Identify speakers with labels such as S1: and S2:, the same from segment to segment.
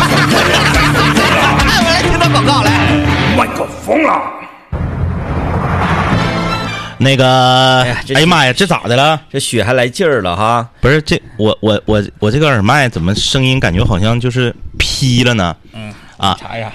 S1: 哎，我来听段广告来。
S2: 麦克风了。
S3: 那个，
S4: 哎
S3: 哎
S4: 呀这
S3: 呀妈呀，这咋的了？
S4: 这雪还来劲儿了哈，
S3: 不是这，我我我我这个耳麦怎么声音感觉好像就是劈了呢？嗯啊，
S1: 查一下，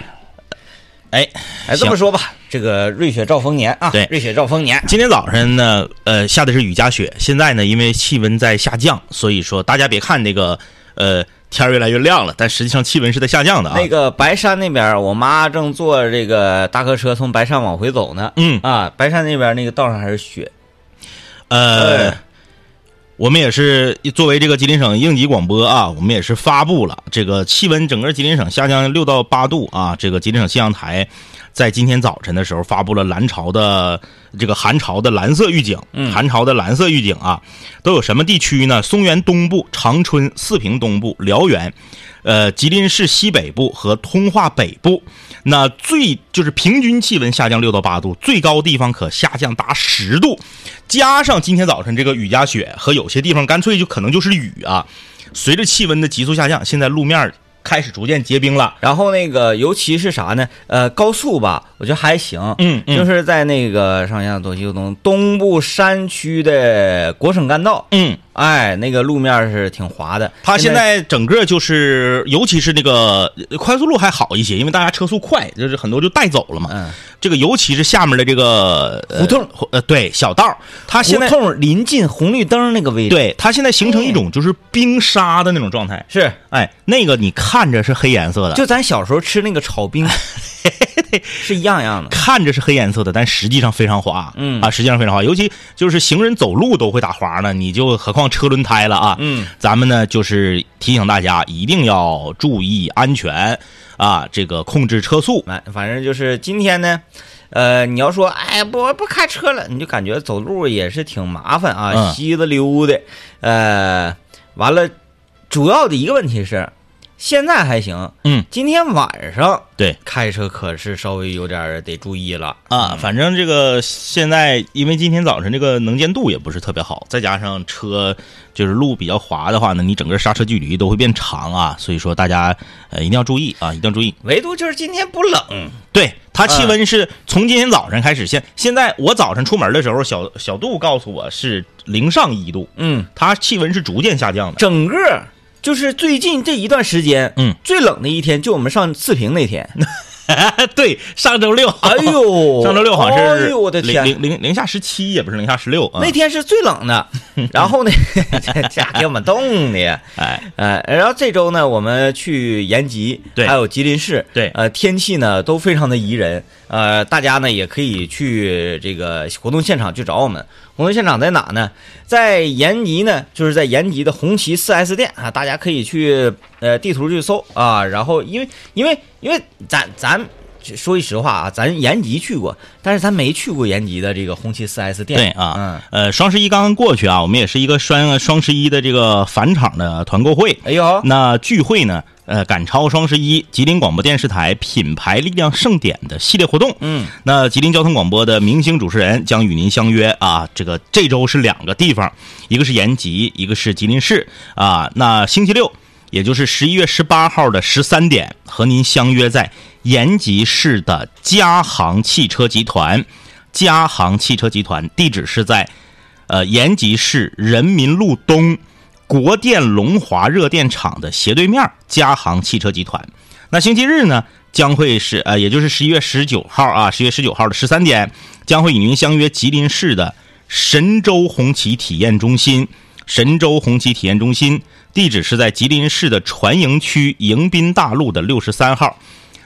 S3: 哎，
S4: 哎，这
S3: 行
S4: 么说吧，这个瑞雪兆丰年啊，
S3: 对
S4: 瑞雪兆丰年，
S3: 今天早晨呢，呃，下的是雨夹雪。现在呢，因为气温在下降，所以说大家别看这个，呃，天儿越来越亮了，但实际上气温是在下降的啊。
S4: 那个白山那边，我妈正坐这个大客车从白山往回走呢。
S3: 嗯
S4: 啊，白山那边那个道上还是雪。
S3: 呃，
S4: 哎
S3: 我们也是作为这个吉林省应急广播啊，我们也是发布了这个气温，整个吉林省下降六到八度啊。这个吉林省气象台在今天早晨的时候发布了蓝潮的这个寒潮的蓝色预警，寒潮的蓝色预警啊，都有什么地区呢？松原东部、长春、四平东部、辽源，呃，吉林市西北部和通化北部。那最就是平均气温下降六到八度，最高地方可下降达十度，加上今天早晨这个雨夹雪和有些地方干脆就可能就是雨啊。随着气温的急速下降，现在路面开始逐渐结冰了。
S4: 然后那个，尤其是啥呢？呃，高速吧，我觉得还行。
S3: 嗯嗯
S4: 就是在那个上下左西右东东部山区的国省干道，
S3: 嗯，
S4: 哎，那个路面是挺滑的。
S3: 它现在整个就是，尤其是那个呃快速路还好一些，因为大家车速快，就是很多就带走了嘛。
S4: 嗯，
S3: 这个尤其是下面的这个呃
S4: 胡同
S3: 呃，对小道儿，它现在
S4: 胡同嗯临近红绿灯那个位置，，
S3: 对它现在形成一种就是冰沙的那种状态。
S4: 是
S3: 哎，那个你看着是黑颜色的，
S4: 就咱小时候吃那个炒 冰，是一样样的。
S3: 看着是黑颜色的，但实际上非常滑，
S4: 嗯
S3: 啊，实际上非常滑，尤其就是行人走路都会打滑呢，你就何况车轮胎了啊，
S4: 嗯，
S3: 咱们呢就是提醒大家一定要注意安全啊，这个控制车速，
S4: 反反正就是今天呢，呃，你要说哎不不开车了，你就感觉走路也是挺麻烦啊，
S3: 嗯
S4: 稀的溜的，呃，完了，主要的一个问题是，现在还行，
S3: 嗯，
S4: 今天晚上
S3: 对
S4: 开车可是稍微有点儿得注意了，
S3: 啊，反正这个现在因为今天早晨这个能见度也不是特别好，再加上车就是路比较滑的话呢，你整个刹车距离都会变长啊，所以说大家呃一定要注意啊，一定要注意。
S4: 唯独就是今天不冷，
S3: 对，它
S4: 嗯
S3: 气温是从今天早晨开始，现现在我早晨出门的时候，小小杜告诉我是零上一度，
S4: 嗯，
S3: 它气温是逐渐 下降的。
S4: 整个。就是最近这一段时间，
S3: 嗯，
S4: 最冷的一天就我们上四平那天，
S3: 对，上周六，
S4: 哎 呦，
S3: 上周六好像是
S4: 哎呦我的
S3: 零
S4: 天，
S3: 零零零下十七，也不是零下十六啊
S4: 那。天是最冷的，然后呢， 这家给我们冻的呀，
S3: 哎，
S4: 呃，然后这周呢，我们去延吉，
S3: 对
S4: 还有吉林市，
S3: 对
S4: 呃，天气呢都非常的宜人，呃，大家呢也可以去这个活动现场去找我们。活动现场在哪呢？在延吉呢，就是在延吉的红旗 4S 店啊，大家可以去呃地图去搜啊。然后因为因为因为咱咱说句实话啊，咱延吉去过，但是咱没去过延吉的这个红旗 4S 店，
S3: 对
S4: 嗯
S3: 啊，，呃，双十一刚刚过去啊，我们也是一个双双十一的这个返场的团购会。
S4: 哎呦，
S3: 那聚会呢？呃，赶超双十一，吉林广播电视台品牌力量盛典的系列活动。
S4: 嗯，
S3: 那吉林交通广播的明星主持人将与您相约啊。这个这周是两个地方，一个是延吉，一个是吉林市啊。那星期六，也就是十一月十八号的十三点，和您相约在延吉市的嘉航汽车集团。嘉航汽车集团地址是在呃延吉市人民路东国电龙华热电厂的斜对面儿，嘉航汽车集团。那星期日呢，将会是呃，也就是十一月十九号啊，十月十九号的十三点，将会与您相约吉林市的神州红旗体验中心。神州红旗体验中心地址是在吉林市的船营区迎宾大路的六十三号。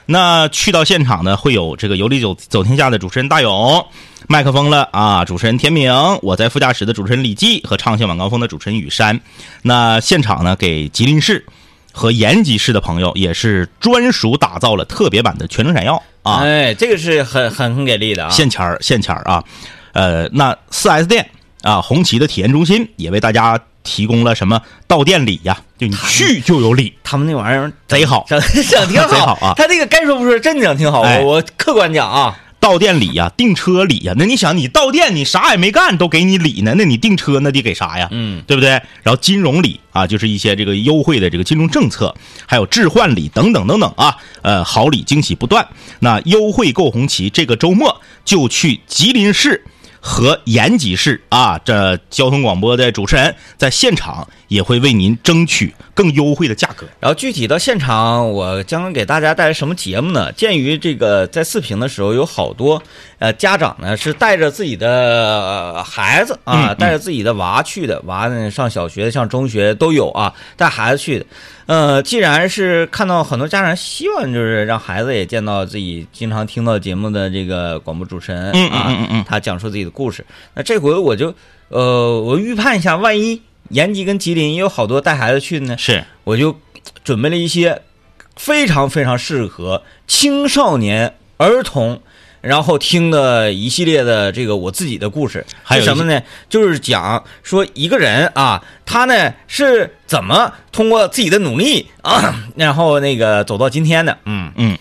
S3: 那去到现场呢，会有这个《游历走走天下》的主持人大勇，麦克风了啊，主持人田明，我在副驾驶的主持人李记和畅想晚高峰的主持人雨山。那现场呢，给吉林市和延吉市的朋友也是专属打造了特别版的《全城闪耀》啊，
S4: 哎，这个是很很很给力的啊！
S3: 现钱儿现钱儿啊，呃，那四 S 店啊，红旗的体验中心也为大家提供了什么到店礼呀、就你去就有礼，
S4: 他们那玩意儿
S3: 贼好。
S4: 整整挺
S3: 贼好啊
S4: 他这个该说不说，真整挺好。
S3: 哎
S4: 我我客观讲啊，
S3: 到店礼呀、订车礼呀、那你想，你到店你啥也没干，都给你礼呢，那你订车那得给啥呀？
S4: 嗯，
S3: 对不对？然后金融礼啊，就是一些这个优惠的这个金融政策，还有置换礼等等等等啊，呃，好礼惊喜不断。那优惠购红旗，这个周末就去吉林市。和延吉市啊，这交通广播的主持人在现场也会为您争取更优惠的价格。
S4: 然后具体到现场，我将给大家带来什么节目呢？鉴于这个在视频的时候，有好多呃家长呢是带着自己的、呃孩子啊，
S3: 嗯嗯
S4: 带着自己的娃去的，娃呢上小学、上中学都有啊，带孩子去的。呃，既然是看到很多家长希望就是让孩子也见到自己经常听到节目的这个广播主持人
S3: 嗯嗯
S4: 啊，
S3: 嗯嗯嗯
S4: 他讲述自己的故事，那这回我就呃，我预判一下，万一延吉跟吉林也有好多带孩子去的呢，
S3: 是，
S4: 我就准备了一些非常非常适合青少年儿童。然后听的一系列的这个我自己的故事，
S3: 还有
S4: 是什么呢？就是讲说一个人啊，他呢是怎么通过自己的努力啊， 然后那个走到今天的。嗯，
S3: 嗯，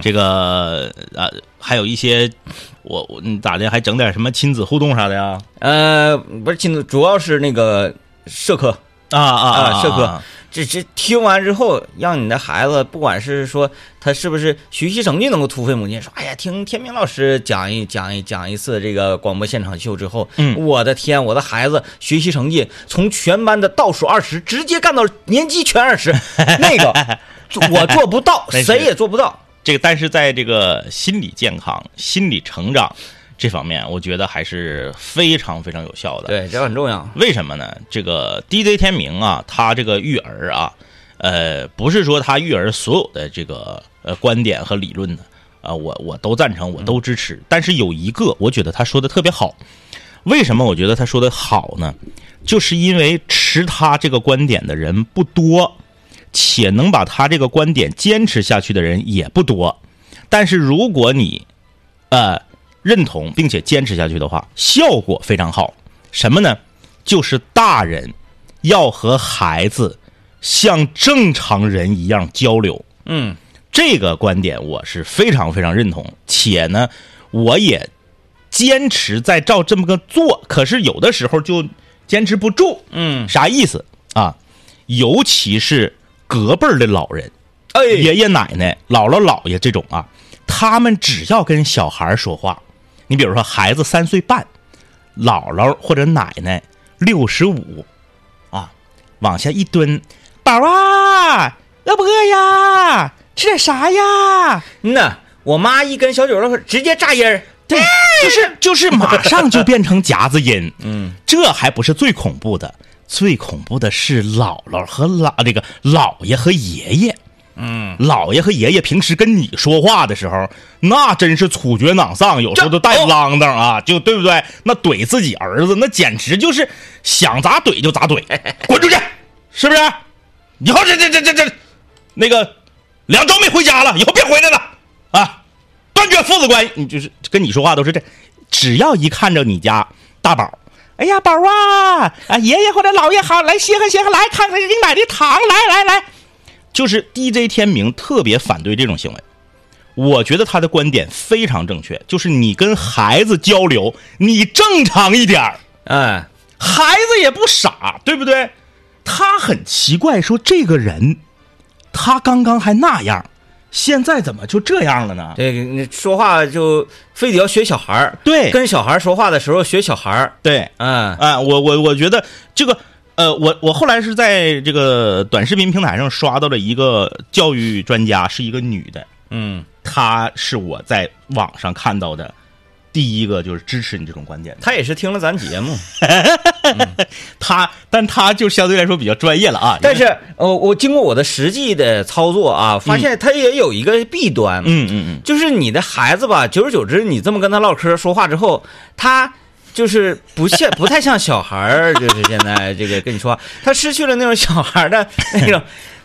S3: 这个呃，还有一些，我我你咋的，还整点什么亲子互动啥的呀？
S4: 呃，不是亲子，主要是那个社科，
S3: 啊啊
S4: 啊社科这这听完之后，让你的孩子，不管是说他是不是学习成绩能够突飞猛进，说哎呀，听天明老师讲一讲一讲一次这个广播现场秀之后，
S3: 嗯
S4: 我的天，我的孩子学习成绩从全班的倒数二十直接干到年级全二 十，那个就我做不到，
S3: 那是
S4: 谁也做不到。
S3: 这个，但是在这个心理健康、心理成长这方面，我觉得还是非常非常有效的。，
S4: 对，这很重要。
S3: 为什么呢？这个 DJ 天明啊，他这个育儿啊，呃，不是说他育儿所有的这个呃观点和理论呢，啊、我我都赞成，我都支持。但是有一个，我觉得他说的特别好。为什么我觉得他说的好呢？就是因为持他这个观点的人不多，且能把他这个观点坚持下去的人也不多。但是如果你呃认同并且坚持下去的话，效果非常好。什么呢？就是大人要和孩子像正常人一样交流。
S4: 嗯，
S3: 这个观点我是非常非常认同，且呢，我也坚持在照这么个做。可是有的时候就坚持不住，
S4: 嗯，
S3: 啥意思啊？尤其是隔辈儿的老人，
S4: 哎，
S3: 爷爷奶奶、姥姥姥爷这种啊，他们只要跟小孩儿说话，你比如说孩子三岁半，姥姥或者奶奶六十五，啊，往下一蹲，宝啊，饿不饿呀？吃点啥呀？
S4: 嗯呐，我妈一跟小九儿直接炸音儿。
S3: 对，就是就是马上就变成夹子音。嗯，这还不是最恐怖的，最恐怖的是姥姥和姥这个姥爷和爷爷。嗯，姥爷和爷爷平时跟你说话的时候，那真是粗绝囊丧，有时候都带啷当啊，就对不对？那怼自己儿子，那简直就是想咋怼就咋怼，滚出去，是不是？以后这这这这这，那个两周没回家了，以后别回来了啊！断绝父子关系，你就是跟你说话都是这，只要一看着你家大宝，哎呀宝啊啊爷爷或者姥爷好，来歇合歇合，来看看给你买的糖，来来来，就是 DJ 天明特别反对这种行为。我觉得他的观点非常正确，就是你跟孩子交流，你正常一点儿，
S4: 哎，
S3: 孩子也不傻，对不对？他很奇怪，说这个人，他刚刚还那样，现在怎么就这样了呢？
S4: 这个你说话就非得要学小孩儿。
S3: 对
S4: 跟小孩儿说话的时候学小孩儿。
S3: 对，
S4: 嗯，
S3: 啊，我我我觉得这个，呃，我我后来是在这个短视频平台上刷到了一个教育专家，是一个女的，
S4: 嗯，
S3: 她是我在网上看到的第一个就是支持你这种观点的。
S4: 他也是听了咱节目，
S3: 她，但她就相对来说比较专业了 啊。
S4: 但是呃，我经过我的实际的操作啊，发现他也有一个弊端，
S3: 因为，嗯嗯
S4: 就是你的孩子吧，久而久之，你这么跟他唠嗑说话之后，他。就是不 像不 太像小孩儿，就是现在这个跟你说话，他失去了那种小孩儿的那种，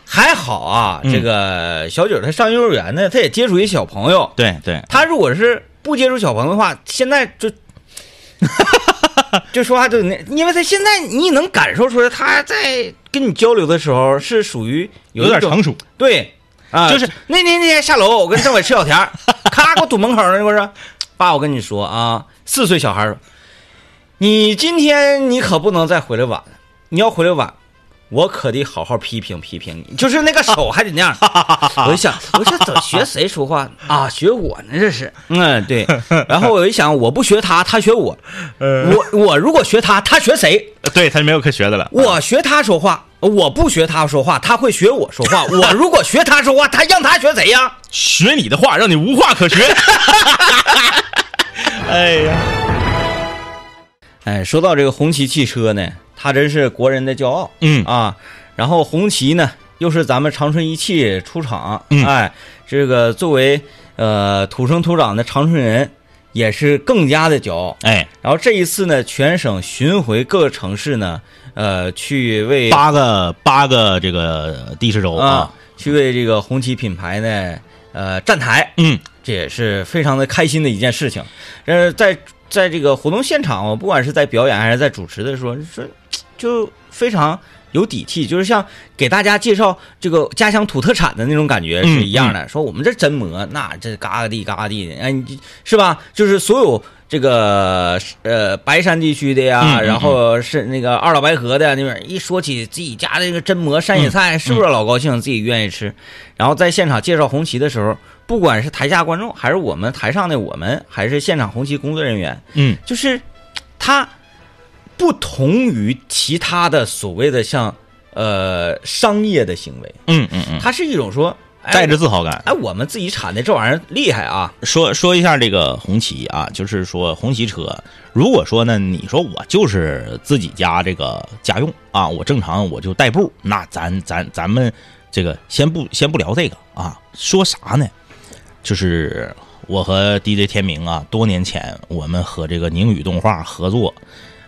S4: 还好啊，
S3: 嗯
S4: 这个小九儿他上幼儿园呢，他也接触一小朋友。
S3: 对对，
S4: 他如果是不接触小朋友的话，现在 就就说话就那，因为他现在你能感受出来，他在跟你交流的时候是属于
S3: 有
S4: 一
S3: 点
S4: 种
S3: 成熟，
S4: 对啊，
S3: 就是
S4: 那天那天下楼，我跟政委吃小甜 儿，咔给我堵门口那块儿说，爸，我跟你说啊，四岁小孩儿说，你今天你可不能再回来晚了，你要回来晚。我可得好好批评批评你，就是那个手还得那 样。我一想，我这怎么学谁说话啊？学我呢，这是。嗯， 对。然后我一想，我不学他，他学我。我我如果学他，他学谁？
S3: 呃对他就没有可学的了。
S4: 我学他说话，我不学他说话，他会学我说话。我如果学他说话，他让他学谁呀？
S3: 学你的话，让你无话 可学。哎呀，
S4: 哎，说到这个红旗汽车呢，它真是国人的骄傲，
S3: 嗯
S4: 啊。然后红旗呢，又是咱们长春一汽出厂，
S3: 嗯
S4: 哎，这个作为呃土生土长的长春人，也是更加的骄傲。
S3: 哎，
S4: 然后这一次呢，全省巡回各个城市呢，呃，去为
S3: 八个八个这个地市州
S4: 啊
S3: 啊，，
S4: 去为这个红旗品牌呢，呃，站台，
S3: 嗯，
S4: 这也是非常的开心的一件事情。呃，在在这个活动现场，我不管是在表演还是在主持的时候，说就非常有底气，就是像给大家介绍这个家乡土特产的那种感觉是一样的。说我们这真磨，那这嘎嘎地嘎嘎地的，哎，你这是吧？就是所有。这个呃，白山地区的呀，
S3: 嗯嗯嗯
S4: 然后是那个二老白河的那边，一说起自己家这个榛蘑山野菜，是不是老高兴？自己愿意吃。然后在现场介绍红旗的时候，不管是台下观众，还是我们台上的我们，还是现场红旗工作人员，
S3: 嗯，
S4: 就是它不同于其他的所谓的像呃商业的行为，
S3: 嗯嗯嗯，
S4: 它是一种说哎
S3: 带着自豪感。
S4: 哎我们自己产的这玩意儿厉害啊，
S3: 说说一下这个红旗啊，就是说红旗车，如果说呢，你说我就是自己家这个家用啊，我正常我就代步，那咱咱咱们这个先不先不聊这个啊，说啥呢？就是我和 DJ 天明啊，多年前我们和这个宁宇动画合作，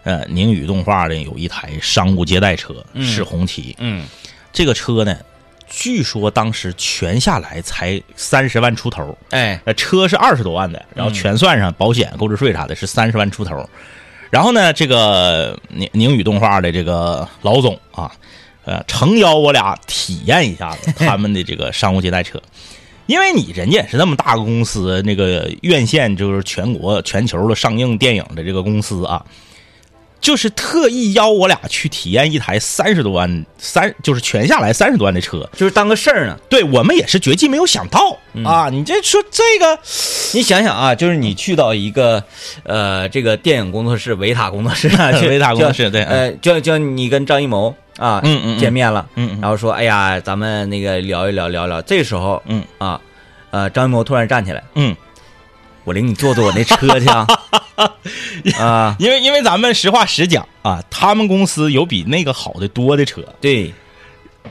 S3: 呃，宁宇动画呢有一台商务接待车
S4: 嗯
S3: 是红旗，
S4: 嗯，
S3: 这个车呢，据说当时全下来才三十万出头。
S4: 哎
S3: 呃，车是二十多万的，然后全算上保险、购置税啥的，是三十万出头。然后呢，这个宁宁宇动画的这个老总啊，呃，诚邀我俩体验一下子他们的这个商务接待车，因为你人家也是那么大个公司，那个院线就是全国、全球的上映电影的这个公司啊，就是特意邀我俩去体验一台三十多万三，就是全下来三十多万的车。
S4: 就是当个事儿呢。
S3: 对我们也是绝技没有想到、啊，你这说这个。
S4: 你想想啊，就是你去到一个呃这个电影工作室维塔工作室 啊，去
S3: 维塔工作室
S4: 就
S3: 对
S4: 呃，就就你跟张艺谋啊，
S3: 嗯嗯嗯
S4: 见面了，
S3: 嗯嗯
S4: 然后说哎呀，咱们那个聊一聊聊一聊，这时候
S3: 嗯
S4: 啊，呃，张艺谋突然站起来，
S3: 嗯，
S4: 我领你坐坐我那车去 啊，啊，
S3: 因为因为咱们实话实讲啊，他们公司有比那个好的多的车，
S4: 对，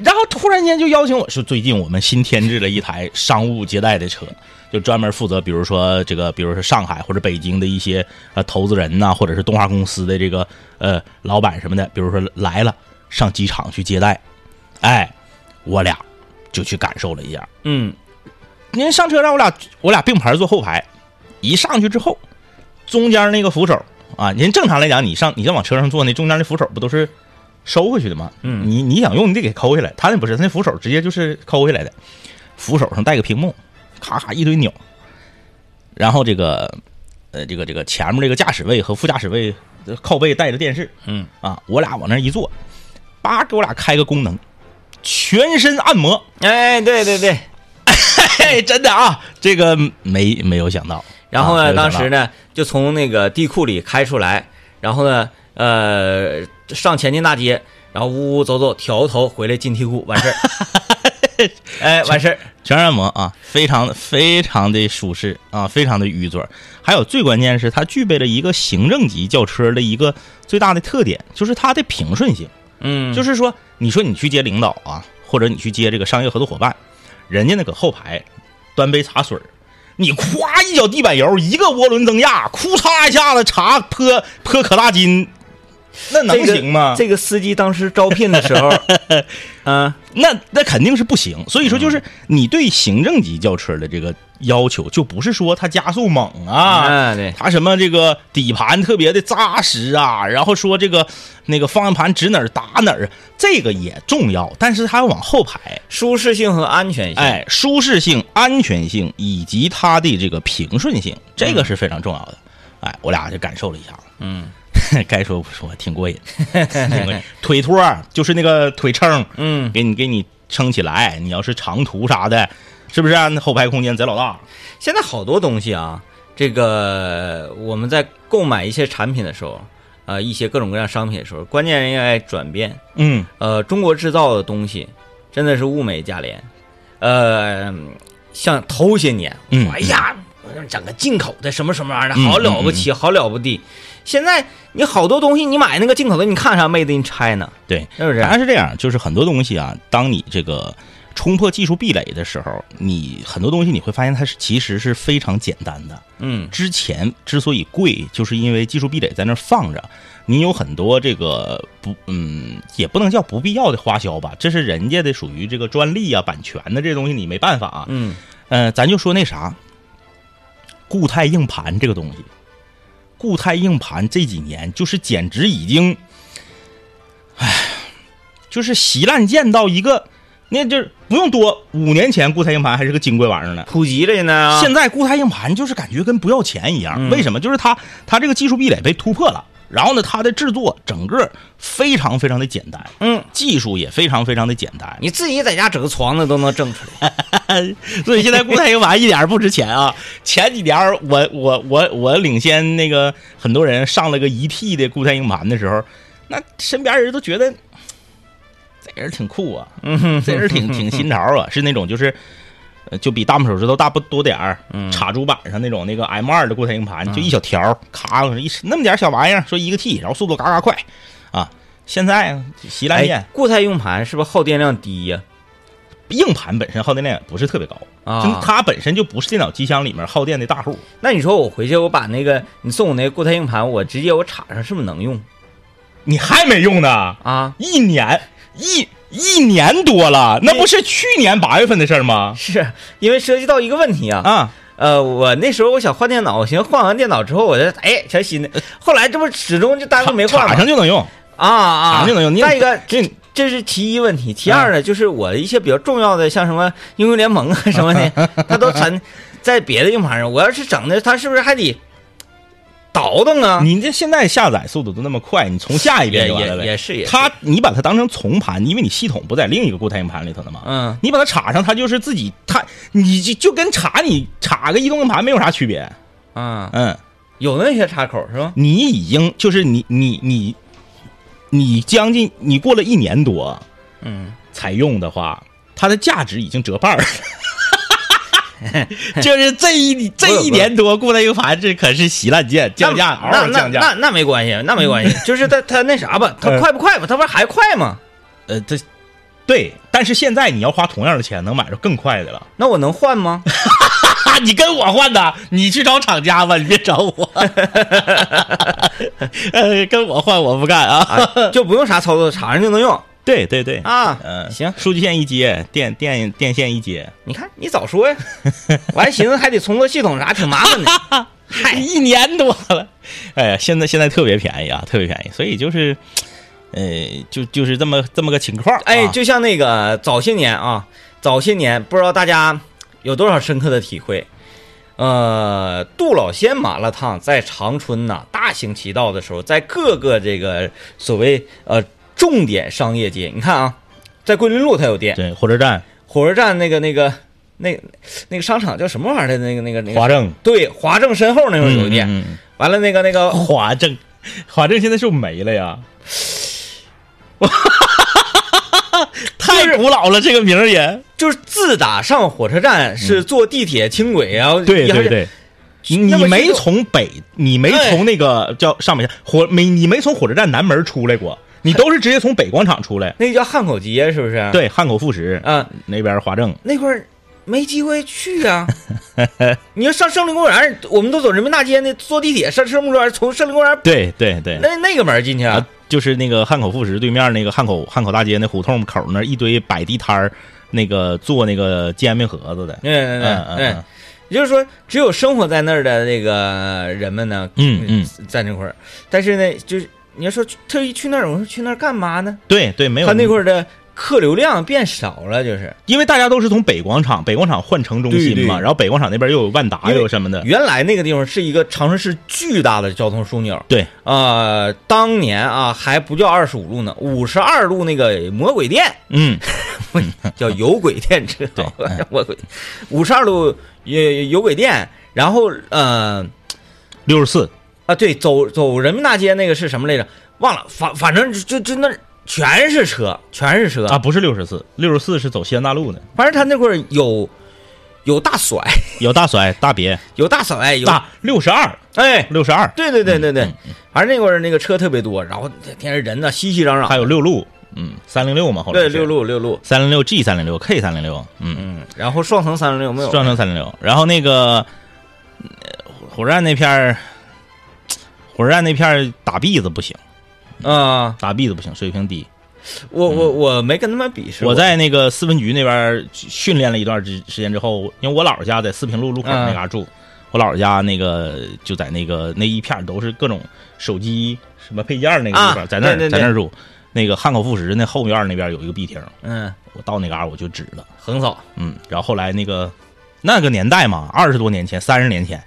S3: 然后突然间就邀请我说，最近我们新添置了一台商务接待的车，就专门负责，比如说这个，比如说上海或者北京的一些呃投资人呐、或者是动画公司的这个呃老板什么的，比如说来了上机场去接待，哎，我俩就去感受了一下，
S4: 嗯，
S3: 您上车让我俩我俩并排坐后排，一上去之后，中间那个扶手啊，人正常来讲，你上你再往车上坐，那中间那扶手不都是收回去的吗？
S4: 嗯
S3: 你你想用你得给抠下来，他那不是，他那扶手直接就是抠下来的，扶手上带个屏幕，咔咔一堆钮，然后这个呃这个这个前面这个驾驶位和副驾驶位呃靠背带着电视，
S4: 嗯
S3: 啊，我俩往那一坐，叭给我俩开个功能，全身按摩。
S4: 哎，对对对，
S3: 嘿，真的啊，这个没没有想到。
S4: 然后
S3: 啊
S4: 呢，
S3: 没有想
S4: 当
S3: 到
S4: 时呢就从那个地库里开出来，然后呢，呃，上前进大街，然后呜呜走走，挑个头回来进地库，完 事儿，哎，完事儿，
S3: 全按摩啊，非常非常的舒适啊，非常的淤嘴儿。还有最关键是，它具备了一个行政级轿车的一个最大的特点，就是它的平顺性。
S4: 嗯，
S3: 就是说，你说你去接领导啊，或者你去接这个商业合作伙伴，人家那搁后排端杯茶水儿你咵一脚地板油，一个涡轮增压，库嚓一下子茶泼泼可大金那能
S4: 这个
S3: 行吗
S4: 这个司机当时招聘的时 候，啊，
S3: 那那肯定是不行。所以说，就是你对行政级轿车的这个要求，就不是说它加速猛啊，
S4: 啊对
S3: 它什么这个底盘特别的扎实啊，然后说这个那个方向盘指哪儿打哪儿，这个也重要，但是它要往后排。
S4: 舒适性和安全性，
S3: 哎，舒适性、安全性以及它的这个平顺性，这个是非常重要的。哎，我俩就感受了一下，
S4: 嗯，
S3: 该说不说，挺过瘾，挺过瘾。腿托儿就是那个腿撑，
S4: 嗯，
S3: 给你给你撑起来。你要是长途啥的，是不是、啊？那后排空间贼老大。
S4: 现在好多东西啊，这个我们在购买一些产品的时候，啊，一些各种各样商品的时候，关键应该转变。
S3: 嗯，
S4: 呃，中国制造的东西真的是物美价廉。呃，像头些年，
S3: 嗯
S4: 哎呀，整个进口的什么什么玩意儿的，
S3: 嗯
S4: 好了不起，好了不地。现在你好多东西，你买那个进口的，你看啥妹子，你拆呢，
S3: 对，
S4: 是不是嗯
S3: 当？然是这样，就是很多东西啊，当你这个冲破技术壁垒的时候，你很多东西你会发现它是其实是非常简单的。
S4: 嗯
S3: 之前之所以贵，就是因为技术壁垒在那儿放着，你有很多这个不，嗯，也不能叫不必要的花销吧，这是人家的属于这个专利啊、版权的这东西，你没办法啊。
S4: 嗯，
S3: 呃，咱就说那啥，固态硬盘这个东西，固态硬盘这几年就是简直已经，唉，就是稀烂贱到一个，那就是不用多，五年前固态硬盘还是个金贵玩意儿呢。
S4: 普及了现在啊，
S3: 现在固态硬盘就是感觉跟不要钱一样，为什么？就是它它这个技术壁垒被突破了，然后呢，它的制作整个非常非常的简单，
S4: 嗯，
S3: 技术也非常非常的简单，
S4: 你自己在家整个床子都能挣出来。
S3: 所以现在固态硬盘一点儿不值钱啊！前几年儿我我我我领先那个很多人上了个一 T 的固态硬盘的时候，那身边人都觉得这人挺酷啊，这人挺挺新潮啊，是那种就是。呃就比大拇手指头大不多点儿，插主板上那种那个 M 2的固态硬盘，就一小条儿，咔一那么点儿小玩意儿，说一个 T，然后速度嘎嘎快，啊！现在稀烂贱
S4: 哎，，固态硬盘是不是耗电量低呀？
S3: 硬盘本身耗电量也不是特别高
S4: 啊
S3: 就它本身就不是电脑机箱里面耗电的大户。
S4: 那你说我回去，我把那个你送我那个固态硬盘，我直接我插上，是不是能用
S3: 你还没用呢，
S4: 啊？
S3: 一年一一年多了，那不是去年八月份的事儿吗？
S4: 是因为涉及到一个问题啊，
S3: 啊，
S4: 呃，我那时候我想换电脑，我寻思换完电脑之后，我就哎全新的。后来这不始终就单
S3: 啊
S4: 位没换
S3: 插
S4: 嘛
S3: 上就能用，
S4: 啊啊，
S3: 插上就能用。你
S4: 再一个，
S3: 这
S4: 这是其一问题，其二呢，就是我的一些比较重要的，像什么英雄联盟啊什么
S3: 嗯
S4: 的，它都存在别的硬盘上。我要是整的，它是不是还得倒腾啊？
S3: 你这现在下载速度都那么快，你从下一遍
S4: 也
S3: 就完了
S4: 也
S3: 呗。
S4: 也是也是，
S3: 它你把它当成从盘，因为你系统不在另一个固态硬盘里头的嘛。
S4: 嗯
S3: 你把它插上，它就是自己，它你就就跟插你插个移动硬盘没有啥区别。
S4: 啊，
S3: 嗯，
S4: 有那些插口是吧？
S3: 你已经就是你你你你将近你过了一年多
S4: 嗯，
S3: 才用的话，它的价值已经折半 儿了。就是这一这一年多固态硬盘，这可是稀烂贱，降价嗷
S4: 那
S3: 嗷
S4: 那
S3: 降
S4: 那
S3: 价。
S4: 那那没关系，那没关系， 就是它它那啥吧，它
S3: 嗯
S4: 快不快吧？它不是还快吗？
S3: 呃，这对，但是现在你要花同样的钱能买着更快 的了。
S4: 那我能换吗？
S3: 啊，你跟我换的，你去找厂家吧，你别找 我。呃，跟我换我不干啊。
S4: 就不用啥操作，插上就能用
S3: 对对对，
S4: 啊。
S3: 嗯，
S4: 行，
S3: 数据线一接，电电电线一接，
S4: 你看你早说 呀，我还寻思还得重做系统啥，挺麻烦的。嗨，
S3: 一年多了，哎呀，现在现在特别便宜啊，特别便宜，所以就是，呃，就就是这么这么个情况、啊，
S4: 哎，就像那个早些年啊，早些年不知道大家有多少深刻的体会。呃，杜老仙麻辣烫在长春呐、大行其道的时候，在各个这个所谓呃重点商业街，你看啊，在桂林路它有店，
S3: 对火车站
S4: 火车站那个那个那那个商场叫什么玩意儿的那个那个那个
S3: 华政
S4: 对华政身后那块儿哎有店，
S3: 嗯嗯
S4: 完了那个那个
S3: 嗯华政，华政现在是不是没 了呀？太古老了，这个名儿也
S4: 就是自打上火车站是坐地铁轻轨，然后
S3: 嗯对
S4: 一下
S3: 对
S4: 就
S3: 对。
S4: 要
S3: 你
S4: 么是
S3: 没
S4: 就
S3: 从北，你没
S4: 哎
S3: 从那个叫上面火没，你没从火车站南门出来过，你都是直接从北广场出来。
S4: 那个叫汉口街是不是？
S3: 对，汉口副食，
S4: 啊，
S3: 那边华政，
S4: 那块儿没机会去 啊。你要上胜利公园，我们都走人民大街那坐地铁上胜利公园，从胜利公园
S3: 对对对，
S4: 那那个门进去
S3: 啊
S4: 啊，
S3: 就是那个汉口副食对面那个汉口汉口大街那胡同口那儿一堆摆地摊儿，那个做那个煎饼盒子的，
S4: 嗯嗯
S3: 嗯
S4: 嗯嗯，也就是说，只有生活在那儿的那个人们呢，
S3: 嗯嗯，
S4: 在那块儿，但是呢，就是你要说去特意去那儿，我说去那儿干嘛呢？
S3: 对对，没有
S4: 他那块儿的客流量变少了，就是
S3: 因为大家都是从北广场，北广场换城中心嘛，
S4: 对对
S3: 然后北广场那边又有万达，
S4: 因为
S3: 又有什么的，
S4: 原来那个地方是一个长春市巨大的交通枢纽。
S3: 对，
S4: 呃，当年啊还不叫二十五路呢，五十二路那个魔鬼店
S3: 嗯，
S4: 叫有轨电车，
S3: 对嗯
S4: 我五十二路有有轨电，然后呃
S3: 六 十四，
S4: 啊对，走走人民大街那个是什么来着？忘了，反反正就就就那儿全是车，全是车
S3: 啊，，不是六十四，六十四是走西安大路的，
S4: 反正他那块儿有有大甩，
S3: 有大甩、大别、
S4: 有大甩，有
S3: 大六十二、
S4: 哎，
S3: 六十二，
S4: 对对对对
S3: 嗯
S4: 对，反正那块儿那个车特别多，然后天天人呢熙熙攘攘，
S3: 还有六路，嗯，三零六嘛，后来
S4: 对
S3: 是
S4: 六，路六路，
S3: 三零六 G 三零六 K 三零六，嗯，
S4: 嗯，然后双层三零六没有，
S3: 双城三零六，然后那个呃火车站那片儿，火车站那片儿打篦子不行，
S4: 啊，
S3: 打篦子不行，水平低。
S4: 我我我没跟他们比试过，
S3: 嗯我在那个四分局那边训练了一段之时间之后，因为我姥姥家在四平路路口
S4: 嗯
S3: 那嘎住，我姥姥家那个就在那个那一片都是各种手机什么配件儿那个地方，
S4: 啊
S3: 在那儿
S4: 对对
S3: 在
S4: 对
S3: 那儿住。那个汉口副食那后院那边有一个壁厅，
S4: 嗯，
S3: 我到那嘎儿我就指了，
S4: 横扫，
S3: 嗯，然后后来那个那个年代嘛，二十多年前、三十年前，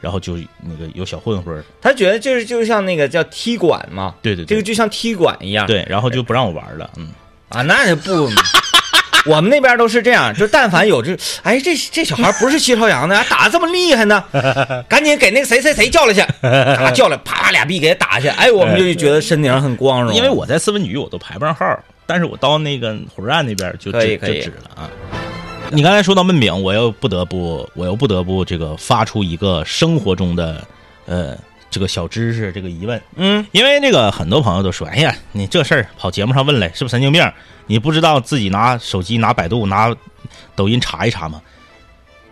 S3: 然后就那个有小混混儿，
S4: 他觉得就是就像那个叫踢馆嘛，
S3: 对对
S4: 这个
S3: 对
S4: 就像踢馆一样，
S3: 对，然后就不让我玩了，嗯，
S4: 啊，那就不。 我们那边都是这样，就但凡有这，哎，这这小孩不是西朝阳的，还打的这么厉害呢，赶紧给那个谁谁谁叫来去，他叫来，啪俩币给他打下，哎，我们就觉得身体上很光荣，
S3: 因为我在四分局我都排不上号儿，但是我到那个火车站那边儿就
S4: 可以
S3: 指就
S4: 可以
S3: 指了啊。你刚才说到焖饼，我又不得不，我又不得不这个发出一个生活中的呃这个小知识这个疑问，
S4: 嗯，
S3: 因为这个很多朋友都说，哎呀，你这事儿跑节目上问来，是不是神经病？你不知道自己拿手机、拿百度、拿抖音查一查吗？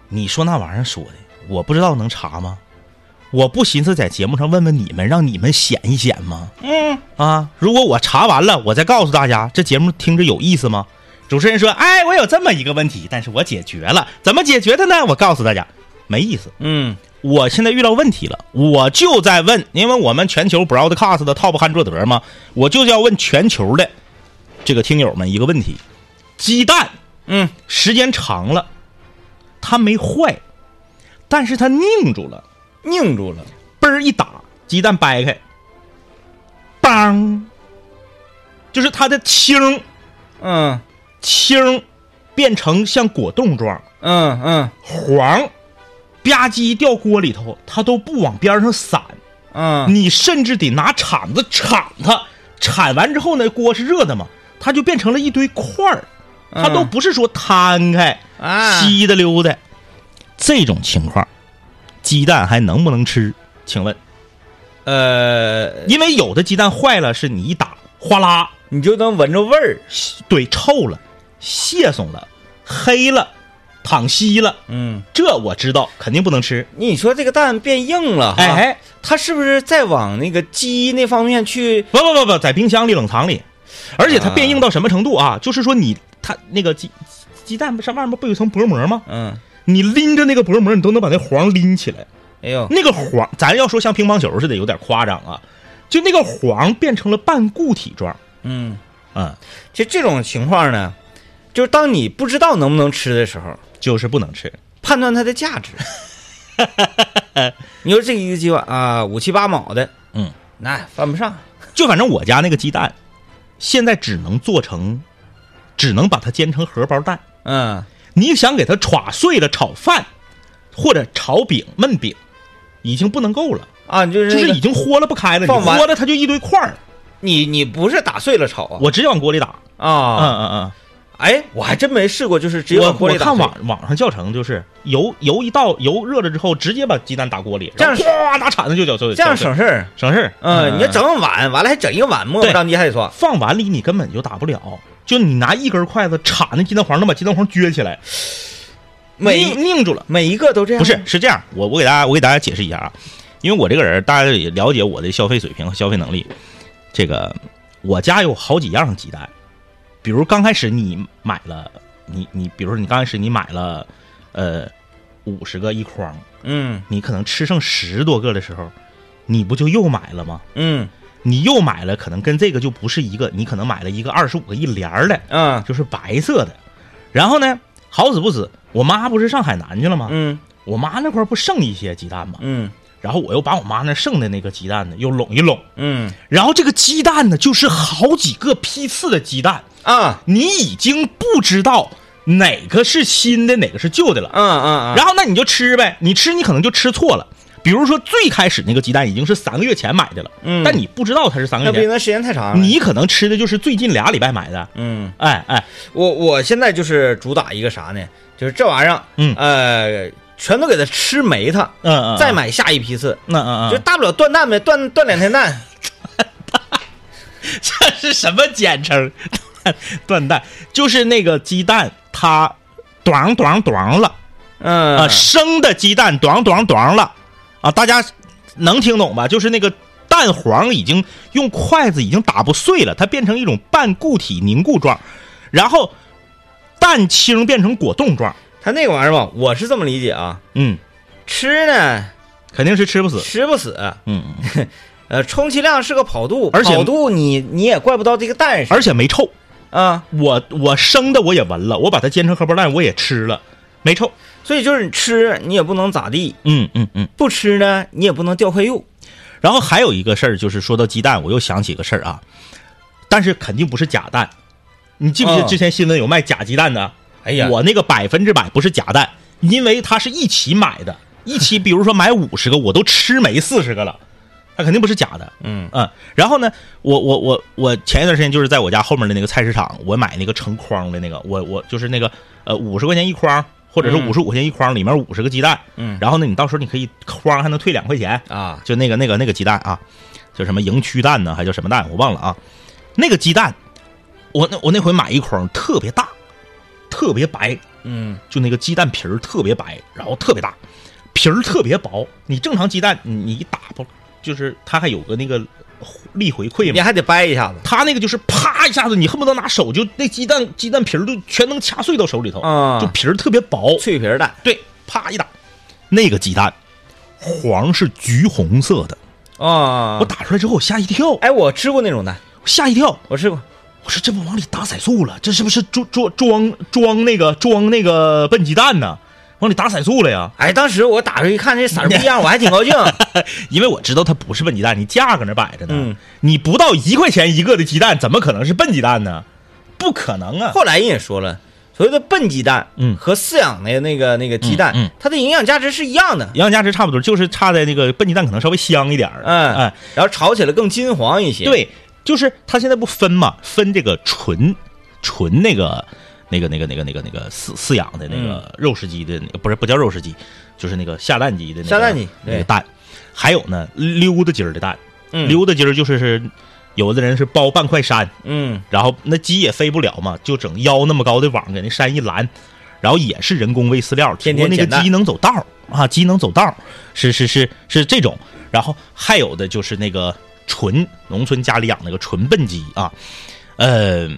S3: 你说那玩意儿说的，我不知道能查吗？我不寻思在节目上问问你们，让你们显一显吗？嗯啊，如果我查完了，我再告诉大家，这节目听着有意思吗？主持人说，哎，我有这么一个问题，但是我解决了，怎么解决的呢？我告诉大家，没意思。
S4: 嗯，
S3: 我现在遇到问题了，我就在问，因为我们全球 broadcast 的 top 汉卓德嘛，我就要问全球的这个听友们一个问题：鸡蛋，
S4: 嗯，
S3: 时间长了，它没坏，但是它拧住了，
S4: 拧住了，
S3: 嘣儿一打，鸡蛋掰开，梆，就是它的清
S4: 嗯
S3: 清变成像果冻状，
S4: 嗯嗯
S3: 黄吧唧掉锅里头，它都不往边上散。
S4: 嗯，
S3: 你甚至得拿铲子铲它，铲完之后呢，锅是热的嘛，它就变成了一堆块儿，它都不是说摊开、
S4: 嗯啊
S3: 稀的溜的。这种情况，鸡蛋还能不能吃？请问，
S4: 呃，
S3: 因为有的鸡蛋坏了，是你一打，哗啦，
S4: 你就能闻着味儿，
S3: 对，臭了，蟹松了，黑了，淌稀了，
S4: 嗯，
S3: 这我知道，肯定不能吃。
S4: 你说这个蛋变硬了，哈，
S3: 哎，
S4: 它是不是再往那个鸡那方面去？
S3: 不不不不，在冰箱里、冷藏里，而且它变硬到什么程度啊？就是说你它那个鸡鸡蛋不上外面不有一层薄膜吗？
S4: 嗯，
S3: 你拎着那个薄膜，你都能把那黄拎起来。
S4: 哎呦，
S3: 那个黄，咱要说像乒乓球似的，有点夸张啊，就那个黄变成了半固体状。
S4: 嗯，
S3: 嗯，
S4: 其实这种情况呢，就是当你不知道能不能吃的时候，
S3: 就是不能吃。
S4: 判断它的价 值。你说这一个鸡碗啊，五七八毛的，
S3: 嗯，
S4: 那犯不上。
S3: 就反正我家那个鸡蛋，现在只能做成，只能把它煎成荷包蛋。
S4: 嗯，
S3: 你想给它歘碎了炒饭，或者炒饼、焖饼，已经不能够了。
S4: 啊，就是、
S3: 就
S4: 那
S3: 是
S4: 个
S3: 已经豁了不开了，你
S4: 放完
S3: 豁了它就一堆块儿，
S4: 你你不是打碎了炒啊？
S3: 我直接往锅里打。嗯
S4: 啊，
S3: 嗯嗯，
S4: 哎，我还真没试过，就是直接
S3: 我
S4: 往锅
S3: 我
S4: 里打
S3: 看
S4: 碎
S3: 网网上教程就是油油一倒，油热了之后直接把鸡蛋打锅里，
S4: 这样
S3: 然后哗拿铲子就搅碎，
S4: 这样
S3: 搅碎
S4: 省事儿。
S3: 省事儿。
S4: 嗯，你要整碗，完了还整一个碗磨
S3: 对
S4: 磨张鸡还得刷。
S3: 放碗里你根本就打不了，就你拿一根筷子铲那鸡蛋黄，能把鸡蛋黄撅起来，
S4: 每
S3: 拧拧住了。
S4: 每一个都这样，
S3: 不是，是这样，我我给大家我给大家解释一下啊，因为我这个人大家也了解我的消费水平和消费能力。这个我家有好几样鸡蛋，比如刚开始你买了，你你比如说你刚开始你买了，呃，五十个一筐，
S4: 嗯
S3: 你可能吃剩十多个的时候，你不就又买了吗？
S4: 嗯
S3: 你又买了，可能跟这个就不是一个，你可能买了一个二十五个一帘儿的，
S4: 嗯
S3: 就是白色的。然后呢，好死不死，我妈不是上海南去了吗？
S4: 嗯
S3: 我妈那块儿不剩一些鸡蛋吗？
S4: 嗯
S3: 然后我又把我妈那剩的那个鸡蛋呢，又拢一拢。
S4: 嗯
S3: 然后这个鸡蛋呢，就是好几个批次的鸡蛋，
S4: 啊
S3: 你已经不知道哪个是新的，哪个是旧的了。
S4: 嗯嗯嗯
S3: 然后那你就吃呗，你吃你可能就吃错了。比如说最开始那个鸡蛋已经是三个月前买的了，
S4: 嗯
S3: 但你不知道它是三个
S4: 那不行，
S3: 月前，
S4: 那时间太长了。
S3: 你可能吃的就是最近俩礼拜买的。
S4: 嗯，
S3: 哎哎，
S4: 我我现在就是主打一个啥呢？就是这玩意儿，
S3: 嗯
S4: 呃，全都给它吃没它，
S3: 嗯嗯，嗯
S4: 再买下一批次，
S3: 那嗯嗯，啊
S4: 就大不了断蛋呗，断断两天蛋。
S3: 这是什么简称？断蛋就是那个鸡蛋，它短短短了。
S4: 嗯
S3: 啊，生的鸡蛋咚咚咚了啊！大家能听懂吧？就是那个蛋黄已经用筷子已经打不碎了，它变成一种半固体凝固状，然后蛋清变成果冻状。
S4: 它那个玩意儿吧，我是这么理解啊，
S3: 嗯，
S4: 吃呢
S3: 肯定是吃不死。
S4: 吃不死，
S3: 嗯，嗯嗯
S4: 呃，充其量是个跑肚，
S3: 而且
S4: 跑肚你你也怪不到这个蛋上
S3: 而且没臭。
S4: 啊，
S3: 我我生的我也闻了，我把它煎成荷包蛋我也吃了，没臭。
S4: 所以就是你吃你也不能咋地，
S3: 嗯嗯嗯。
S4: 不吃呢你也不能掉块肉，
S3: 然后还有一个事儿，就是说到鸡蛋，我又想起一个事儿啊，但是肯定不是假蛋。你记不记得
S4: 嗯
S3: 之前新闻有卖假鸡蛋的？
S4: 哎呀
S3: 我那个百分之百不是假蛋，因为它是一起买的，一起比如说买五十个，我都吃没四十个了，它肯定不是假的。
S4: 嗯
S3: 嗯，然后呢，我我我我前一段时间就是在我家后面的那个菜市场，我买那个成筐的那个，我我就是那个呃五十块钱一筐，或者是
S4: 嗯
S3: 五十五块钱一筐，里面五十个鸡蛋，
S4: 嗯
S3: 然后呢，你到时候你可以筐还能退两块钱，
S4: 啊，
S3: 就那个那个那个鸡蛋啊，叫什么营区蛋呢，还叫什么蛋我忘了啊。那个鸡蛋，我那我那回买一筐特别大，特别白，
S4: 嗯
S3: 就那个鸡蛋皮儿特别白，然后特别大，皮儿特别薄。你正常鸡蛋你你一打不就是它还有个那个力回馈
S4: 你
S3: 嘛？
S4: 还得掰一下子
S3: 它那个就是啪一下子，你恨不得拿手就那鸡蛋鸡蛋皮儿都全能掐碎到手里头，
S4: 啊
S3: 就皮儿特别薄。
S4: 脆皮儿蛋
S3: 对，啪一打，那个鸡蛋黄是橘红色的。
S4: 啊
S3: 我，打出来之后我吓一跳，
S4: 哎，我吃过那种蛋，
S3: 吓一跳！
S4: 我吃过，
S3: 我说这不往里打色素了，这是不是装装装装那个装那个笨鸡蛋呢？往里打色素了呀？
S4: 哎，当时我打出去看这色儿不一 样，我还挺高兴，
S3: 因为我知道它不是笨鸡蛋，你价格那摆着呢，
S4: 嗯
S3: 你不到一块钱一个的鸡蛋，怎么可能是笨鸡蛋呢？不可能啊！
S4: 后来人也说了。所谓的笨鸡蛋，
S3: 嗯
S4: 和饲养的那个那个鸡蛋，
S3: 嗯嗯
S4: 它的营养价值是一样的，
S3: 营养价值差不多，就是差在那个笨鸡蛋可能稍微香一点儿。
S4: 嗯
S3: 哎，
S4: 然后炒起来更金黄一些。，
S3: 对，就是它现在不分嘛，分这个纯纯那个那个那个那个那个那个饲饲养的
S4: 嗯
S3: 那个肉食鸡的那个，不是不叫肉食鸡，就是那个下蛋鸡的那个
S4: 下蛋鸡
S3: 那个
S4: 对
S3: 蛋，还有呢溜达鸡儿的蛋，
S4: 嗯
S3: 溜达鸡儿就是是有的人是包半块山，
S4: 嗯
S3: 然后那鸡也飞不了嘛，就整腰那么高的网给那山一拦，然后也是人工喂饲料，只
S4: 天
S3: 不过
S4: 天
S3: 那个
S4: 捡蛋
S3: 鸡能走道儿啊，鸡能走道儿，是是是是这种。然后还有的就是那个纯农村家里养那个纯笨鸡啊，呃，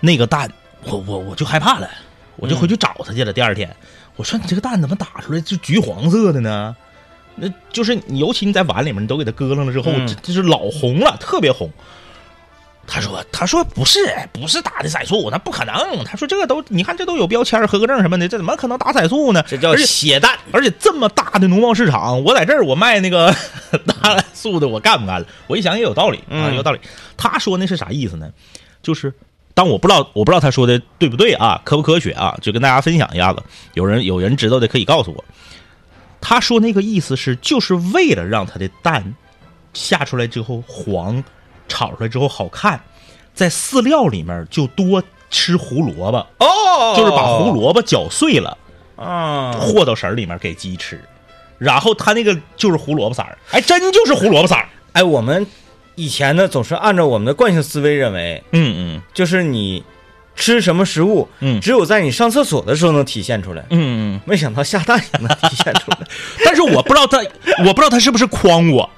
S3: 那个蛋我我我就害怕了，我就回
S4: 嗯
S3: 去找他去了。第二天我说你这个蛋怎么打出来就橘黄色的呢？那就是你，尤其你在碗里面，你都给它搁楞了之后，
S4: 嗯
S3: 这这是老红了，特别红。他说：“他说不是，哎不是打的色素，那不可能。他说这个都，你看这都有标签儿、合格证什么的，这怎么可能打色素呢？
S4: 这叫
S3: 而且
S4: 血蛋。
S3: 而且这么大的农贸市场，我在这儿我卖那个 大素的，我干不干了？我一想也有道理啊，
S4: 嗯
S3: 有道理。他说那是啥意思呢？就是当我不知道我不知道他说的对不对啊，科不科学啊，就跟大家分享一下子。有人有人知道的可以告诉我。他说那个意思是，就是为了让他的蛋下出来之后黄，炒出来之后好看，在饲料里面就多吃胡萝卜，
S4: 哦
S3: 就是把胡萝卜搅碎了。
S4: 卜啊，
S3: 和到食儿里面给鸡吃，然后它那个就是胡萝卜色儿，哎，真就是胡萝卜色儿。
S4: 哎，我们以前呢总是按照我们的惯性思维认为，
S3: 嗯
S4: 就是你吃什么食物，
S3: 嗯
S4: 只有在你上厕所的时候能体现出来。
S3: 嗯嗯，
S4: 没想到下蛋也能体现出来，
S3: 但是我不知道他，我不知道他是不是诓我，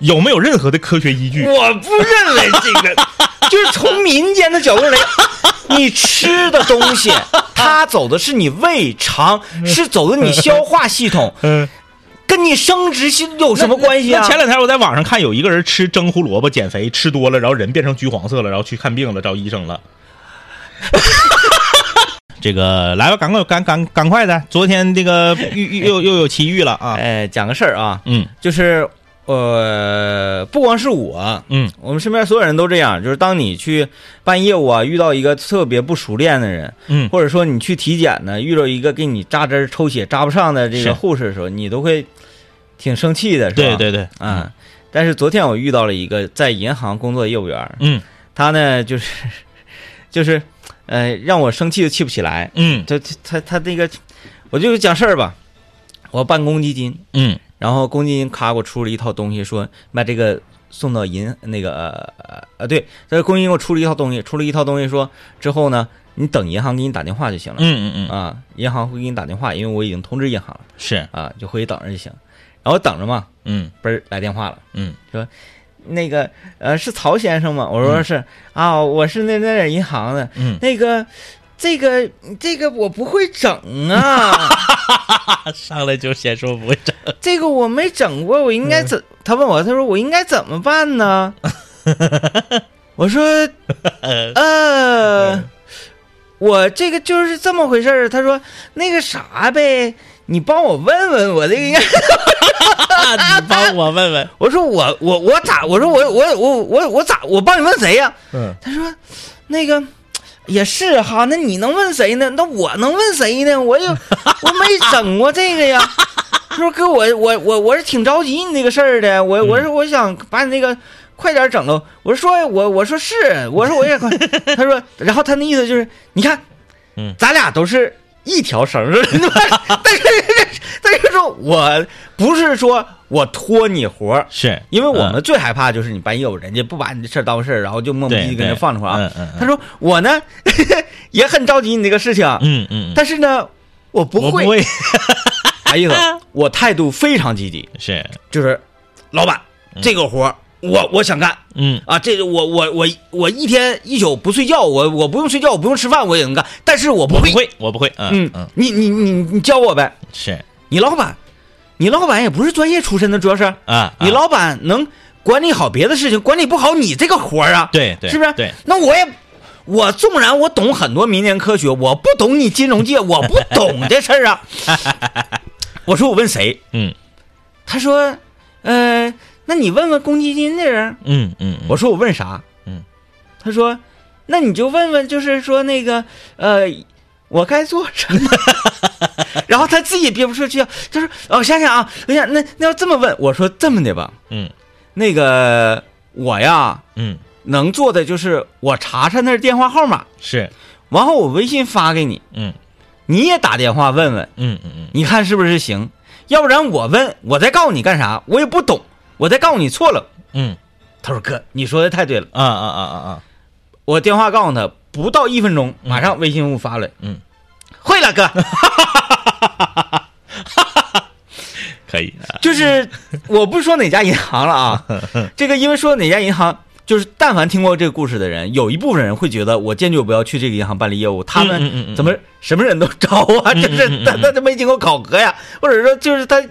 S3: 有没有任何的科学依据？
S4: 我不认为这个，就是从民间的角度来，你吃的东西，它走的是你胃肠，是走的你消化系 统，
S3: 嗯，
S4: 跟你生殖系有什么关系
S3: 那
S4: 啊？
S3: 前两天我在网上看有一个人吃蒸胡萝卜减肥，吃多了，然后人变成橘黄色了，然后去看病了，找医生了。 这个来吧，赶快赶赶赶快的！昨天这个遇遇又又有奇遇了啊！
S4: 哎，讲个事儿啊，
S3: 嗯
S4: 就是呃，不光是我，
S3: 嗯
S4: 我们身边所有人都这样，就是当你去办业务啊，遇到一个特别不熟练的人，
S3: 嗯，
S4: 或者说你去体检呢，遇到一个给你扎针儿抽血扎不上的这
S3: 是
S4: 个护士的时候，你都会挺生气的，是吧？
S3: 对对对，
S4: 嗯，但是昨天我遇到了一个在银行工作的业务员儿，
S3: 嗯
S4: 他呢就是就是呃让我生气都气不起来，
S3: 嗯
S4: 他他他他那个，我就讲事儿吧，我办公积金，
S3: 嗯
S4: 然后公积金咔给我出了一套东西，说把这个送到银那个呃呃对，这个公积金给我出了一套东西，出了一套东西说之后呢，你等银行给你打电话就行了、
S3: 嗯嗯嗯，
S4: 啊，银行会给你打电话，因为我已经通知银行了
S3: 是
S4: 啊，就回去等着就行，然后等着嘛，
S3: 嗯
S4: 嘣儿来电话了。
S3: 嗯
S4: 那个呃，是曹先生吗？我说是、啊，我是那那点银行的。
S3: 嗯，
S4: 那个，这个这个我不会整啊，
S3: 上来就先说不会整，
S4: 这个我没整过，我应该怎？他问我，他说我应该怎么办呢？我说呃，我这个就是这么回事儿。他说那个啥呗，你帮我问问我这个应该。
S3: 你帮我问问，
S4: 我说我我我咋？我说我我我我我咋？我帮你问谁呀、
S3: 嗯
S4: 他说那个。也是哈，那你能问谁呢？那我能问谁呢？我也我没整过这个 呀。他说哥，我我我我是挺着急你那个事儿的，
S3: 嗯
S4: 我我是我想把你那个快点整喽。我说我我说是，我说我也 快。他说，然后他那意思就是，你看，
S3: 嗯
S4: 咱俩都是一条绳子， 但是但是说我不是说我托你活儿，
S3: 是
S4: 因为我们最害怕就是你半夜有人家不把你的事儿当回事儿，然后就磨磨唧唧跟人放出来啊
S3: 嗯。嗯
S4: 他说我呢 也很着急你这个事情，
S3: 嗯嗯，
S4: 但是呢我不
S3: 我不
S4: 会，
S3: 会
S4: 啥意思？ 我态度非常积极，
S3: 是
S4: 就是老板这个活儿我我想干
S3: 嗯
S4: 啊，这个我我我我一天一宿不睡觉，我我不用睡觉，我不用吃饭我也能干，但是我不
S3: 我
S4: 会
S3: 不。会我不会嗯
S4: 嗯
S3: 嗯，
S4: 你你你你教我呗，
S3: 是
S4: 你老板，你老板也不是专业出身的，主要是
S3: 啊，
S4: 你老板能管理好别的事情，管理不好你这个活儿啊，
S3: 对对
S4: 是不是？
S3: 对，
S4: 那我也，我纵然我懂很多民间科学，我不懂你金融界，我不懂这事儿 啊。我说我问谁？
S3: 嗯
S4: 他说，呃，那你问问公积金的人。
S3: 嗯嗯，
S4: 我说我问啥？
S3: 嗯，
S4: 他说，那你就问问，就是说那个，呃，我该做什 么？然后他自己也憋不出去，他说，哦，想想啊，我想那那要这么问，我说这么的吧，
S3: 嗯
S4: 那个我呀，
S3: 嗯
S4: 能做的就是我查查那电话号码，
S3: 是
S4: 完后我微信发给你，
S3: 嗯
S4: 你也打电话问问，
S3: 嗯嗯嗯
S4: 你看是不是行？要不然我问，我再告诉你干啥？我也不懂，我再告诉你错了。
S3: 嗯
S4: 他说哥，你说的太对了。
S3: 啊啊啊啊啊
S4: 我电话告诉他，不到一分钟，马上微信给我发来。
S3: 嗯，
S4: 会了哥，
S3: 可以啊
S4: 就是我不说哪家银行了 啊，这个因为说哪家银行。就是但凡听过这个故事的人，有一部分人会觉得我坚决不要去这个银行办理业务，他
S3: 嗯嗯嗯嗯
S4: 们怎么什么人都招啊？
S3: 嗯嗯
S4: 就
S3: 嗯嗯
S4: 是他
S3: 嗯
S4: 他他没经过考核呀，或者说就是他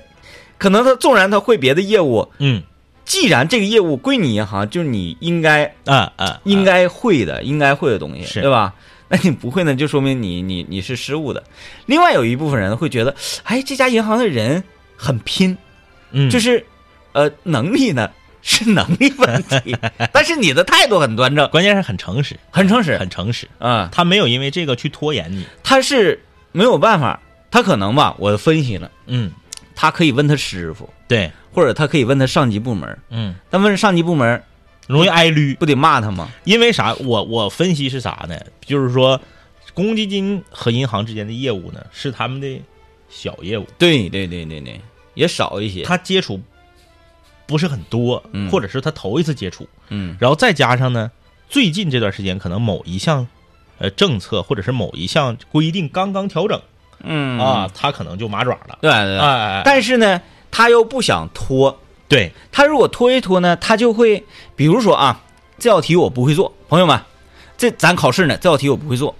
S4: 可能他纵然他会别的业务，
S3: 嗯
S4: 既然这个业务归你银行，就是你应该
S3: 啊啊
S4: 应该会的，应该会的东
S3: 是
S4: 西，对吧？ 那你不会呢，就说明你你你是失误的。另外有一部分人会觉得，哎，这家银行的人很拼，
S3: 嗯
S4: 就是呃能力呢是能力问 题，但是你的态度很端正，
S3: 关键是很诚实
S4: 很诚实
S3: 很诚实，
S4: 啊、
S3: 他没有因为这个去拖延你
S4: 他是没有办法，他可能吧，我分析了，
S3: 嗯
S4: 他可以问他师傅，
S3: 对
S4: 或者他可以问他上级部门，
S3: 嗯
S4: 但问上级部门
S3: 容易挨捋，
S4: 不得骂他吗？
S3: 因为啥我我分析是啥呢？就是说公积金和银行之间的业务呢是他们的小业务，
S4: 对对对对对，也少一些，
S3: 他接触不是很多，
S4: 嗯
S3: 或者是他头一次接触，
S4: 嗯
S3: 然后再加上呢，最近这段时间可能某一项呃政策或者是某一项规定刚刚调整
S4: 嗯
S3: 啊，，他可能就麻爪了。
S4: 对对对。
S3: 哎哎，哎
S4: 但是呢，他又不想拖，
S3: 对，
S4: 他如果拖一拖呢，他就会，比如说啊，这道题我不会做，朋友们，这咱考试呢，这道题我不会做，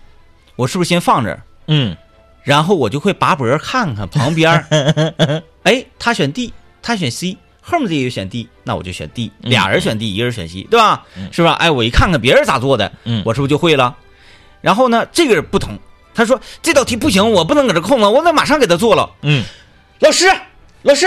S4: 我是不是先放这儿？
S3: 嗯，
S4: 然后我就会拔脖看看旁边儿， 哎，他选 D，他选 C，后面这一个选 D，那我就选 D，
S3: 嗯
S4: 俩人选 D，一个人选 C，对吧？是吧？哎，我一看看别人咋做的，
S3: 嗯
S4: 我是不是就会了？然后呢，这个人不同，他说这道题不行，我不能搁这空了，我得马上给他做了。
S3: 嗯，
S4: 老师，老师，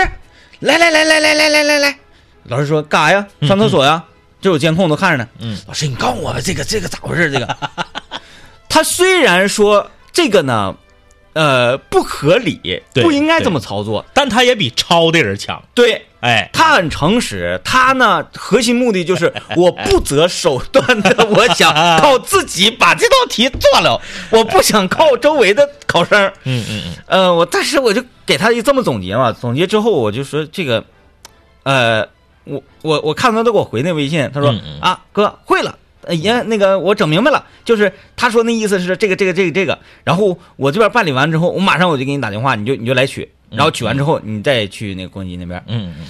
S4: 来来来来来来来来来，老师说干啥呀？上厕所呀？这有监控都看着呢。
S3: 嗯，
S4: 老师，你告诉我吧，这个这个咋回事？这个， 他虽然说这个呢，呃，不合理，
S3: 对
S4: 不应该这么操作。
S3: 但他也比抄的人强。
S4: 对
S3: 哎，
S4: 他很诚实，他呢核心目的就是 我不择手段的， 我想靠自己把这道题做了，我不想靠周围的考生。
S3: 嗯嗯嗯，
S4: 呃，我但是我就给他一这么总结嘛，总结之后我就说这个，呃，我我我看他都给我回那微信，他说、
S3: 嗯嗯
S4: 啊哥会了，呃爷、那个我整明白了，就是他说那意思是这个这个这个这个，然后我这边办理完之后，我马上我就给你打电话，你就你就来取，然后取完之后你再去那个公积金那边。
S3: 嗯嗯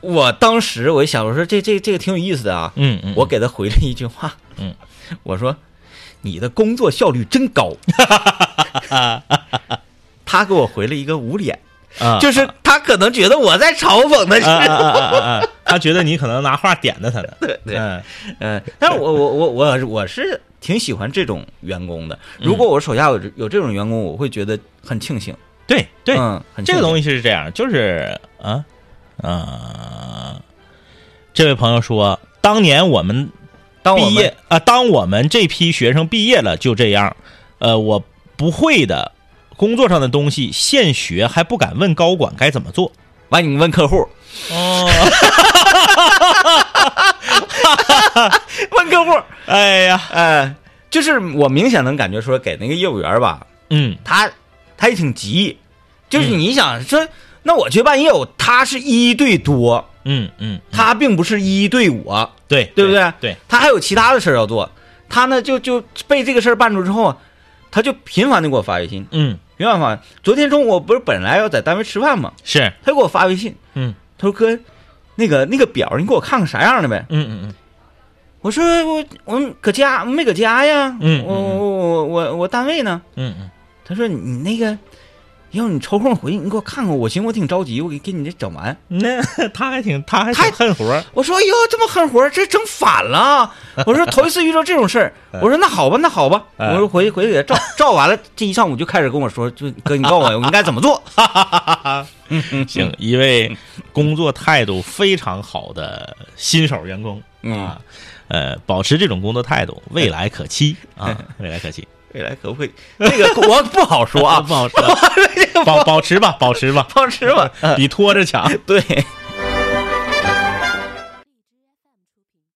S4: 我当时我就想我说这这这个挺有意思的啊，
S3: 嗯嗯，
S4: 我给他回了一句话，
S3: 嗯，
S4: 我说你的工作效率真 高，他给我回了一个捂脸，
S3: 啊
S4: 就是他可能觉得我在嘲讽他，
S3: 啊啊啊啊啊，他觉得你可能拿话点的他呢。
S4: 对对，
S3: 嗯
S4: 嗯，但是我我我我我是挺喜欢这种员工的，
S3: 嗯
S4: 如果我手下有有这种员工，我会觉得很庆幸，
S3: 对对，
S4: 嗯，很
S3: 这个东
S4: 西，
S3: 西是这样，就是啊啊，这位朋友说，当年我们
S4: 当我
S3: 毕
S4: 们
S3: 业啊、当我们这批学生毕业了，就这样，呃，我不会的。工作上的东西现学还不敢问高管该怎么做，
S4: 完你问客 户，
S3: 哦，
S4: 问客户，
S3: 哎呀，
S4: 呃，就是我明显能感觉说给那个业务员吧，
S3: 嗯，
S4: 他他也挺急，就是你想说，那我去办业务，他是一对多，
S3: 嗯嗯，
S4: 他并不是一对我，
S3: 对
S4: 对不对？
S3: 对，
S4: 他还有其他的事儿要做，他呢就就被这个事儿绊住之后啊，他就频繁的给我发微信，
S3: 嗯，
S4: 频繁发。昨天中午不是本来要在单位吃饭吗？
S3: 是，
S4: 他就给我发微信，
S3: 嗯
S4: 他说哥，那个那个表你给我看看啥样的呗？
S3: 嗯嗯
S4: 我说我我搁家没搁家呀，
S3: 嗯嗯嗯
S4: 我我我我我单位呢。
S3: 嗯嗯
S4: 他说你那个，要不你抽空回去，你给我看看我行，我挺着急，我给给你这整完。
S3: 嗯，那 他还挺他还
S4: 他
S3: 挺恨活儿，
S4: 我说哎呦，这么狠活儿，这整反了啊。我说头一次遇到这种事儿，我说那好吧，那好吧，
S3: 嗯
S4: 我说回去回去给他照照完了，这一上午就开始跟我说，就哥你告诉我我应该怎么做。嗯
S3: 行，一位工作态度非常好的新手员工
S4: 嗯
S3: 啊，呃，保持这种工作态度，未来可期
S4: 嗯
S3: 啊，未来可期，
S4: 未来可不可以？这个我不好说啊，
S3: 不好说，保保持吧，保持吧，
S4: 保持吧。
S3: 比拖着强。
S4: 对，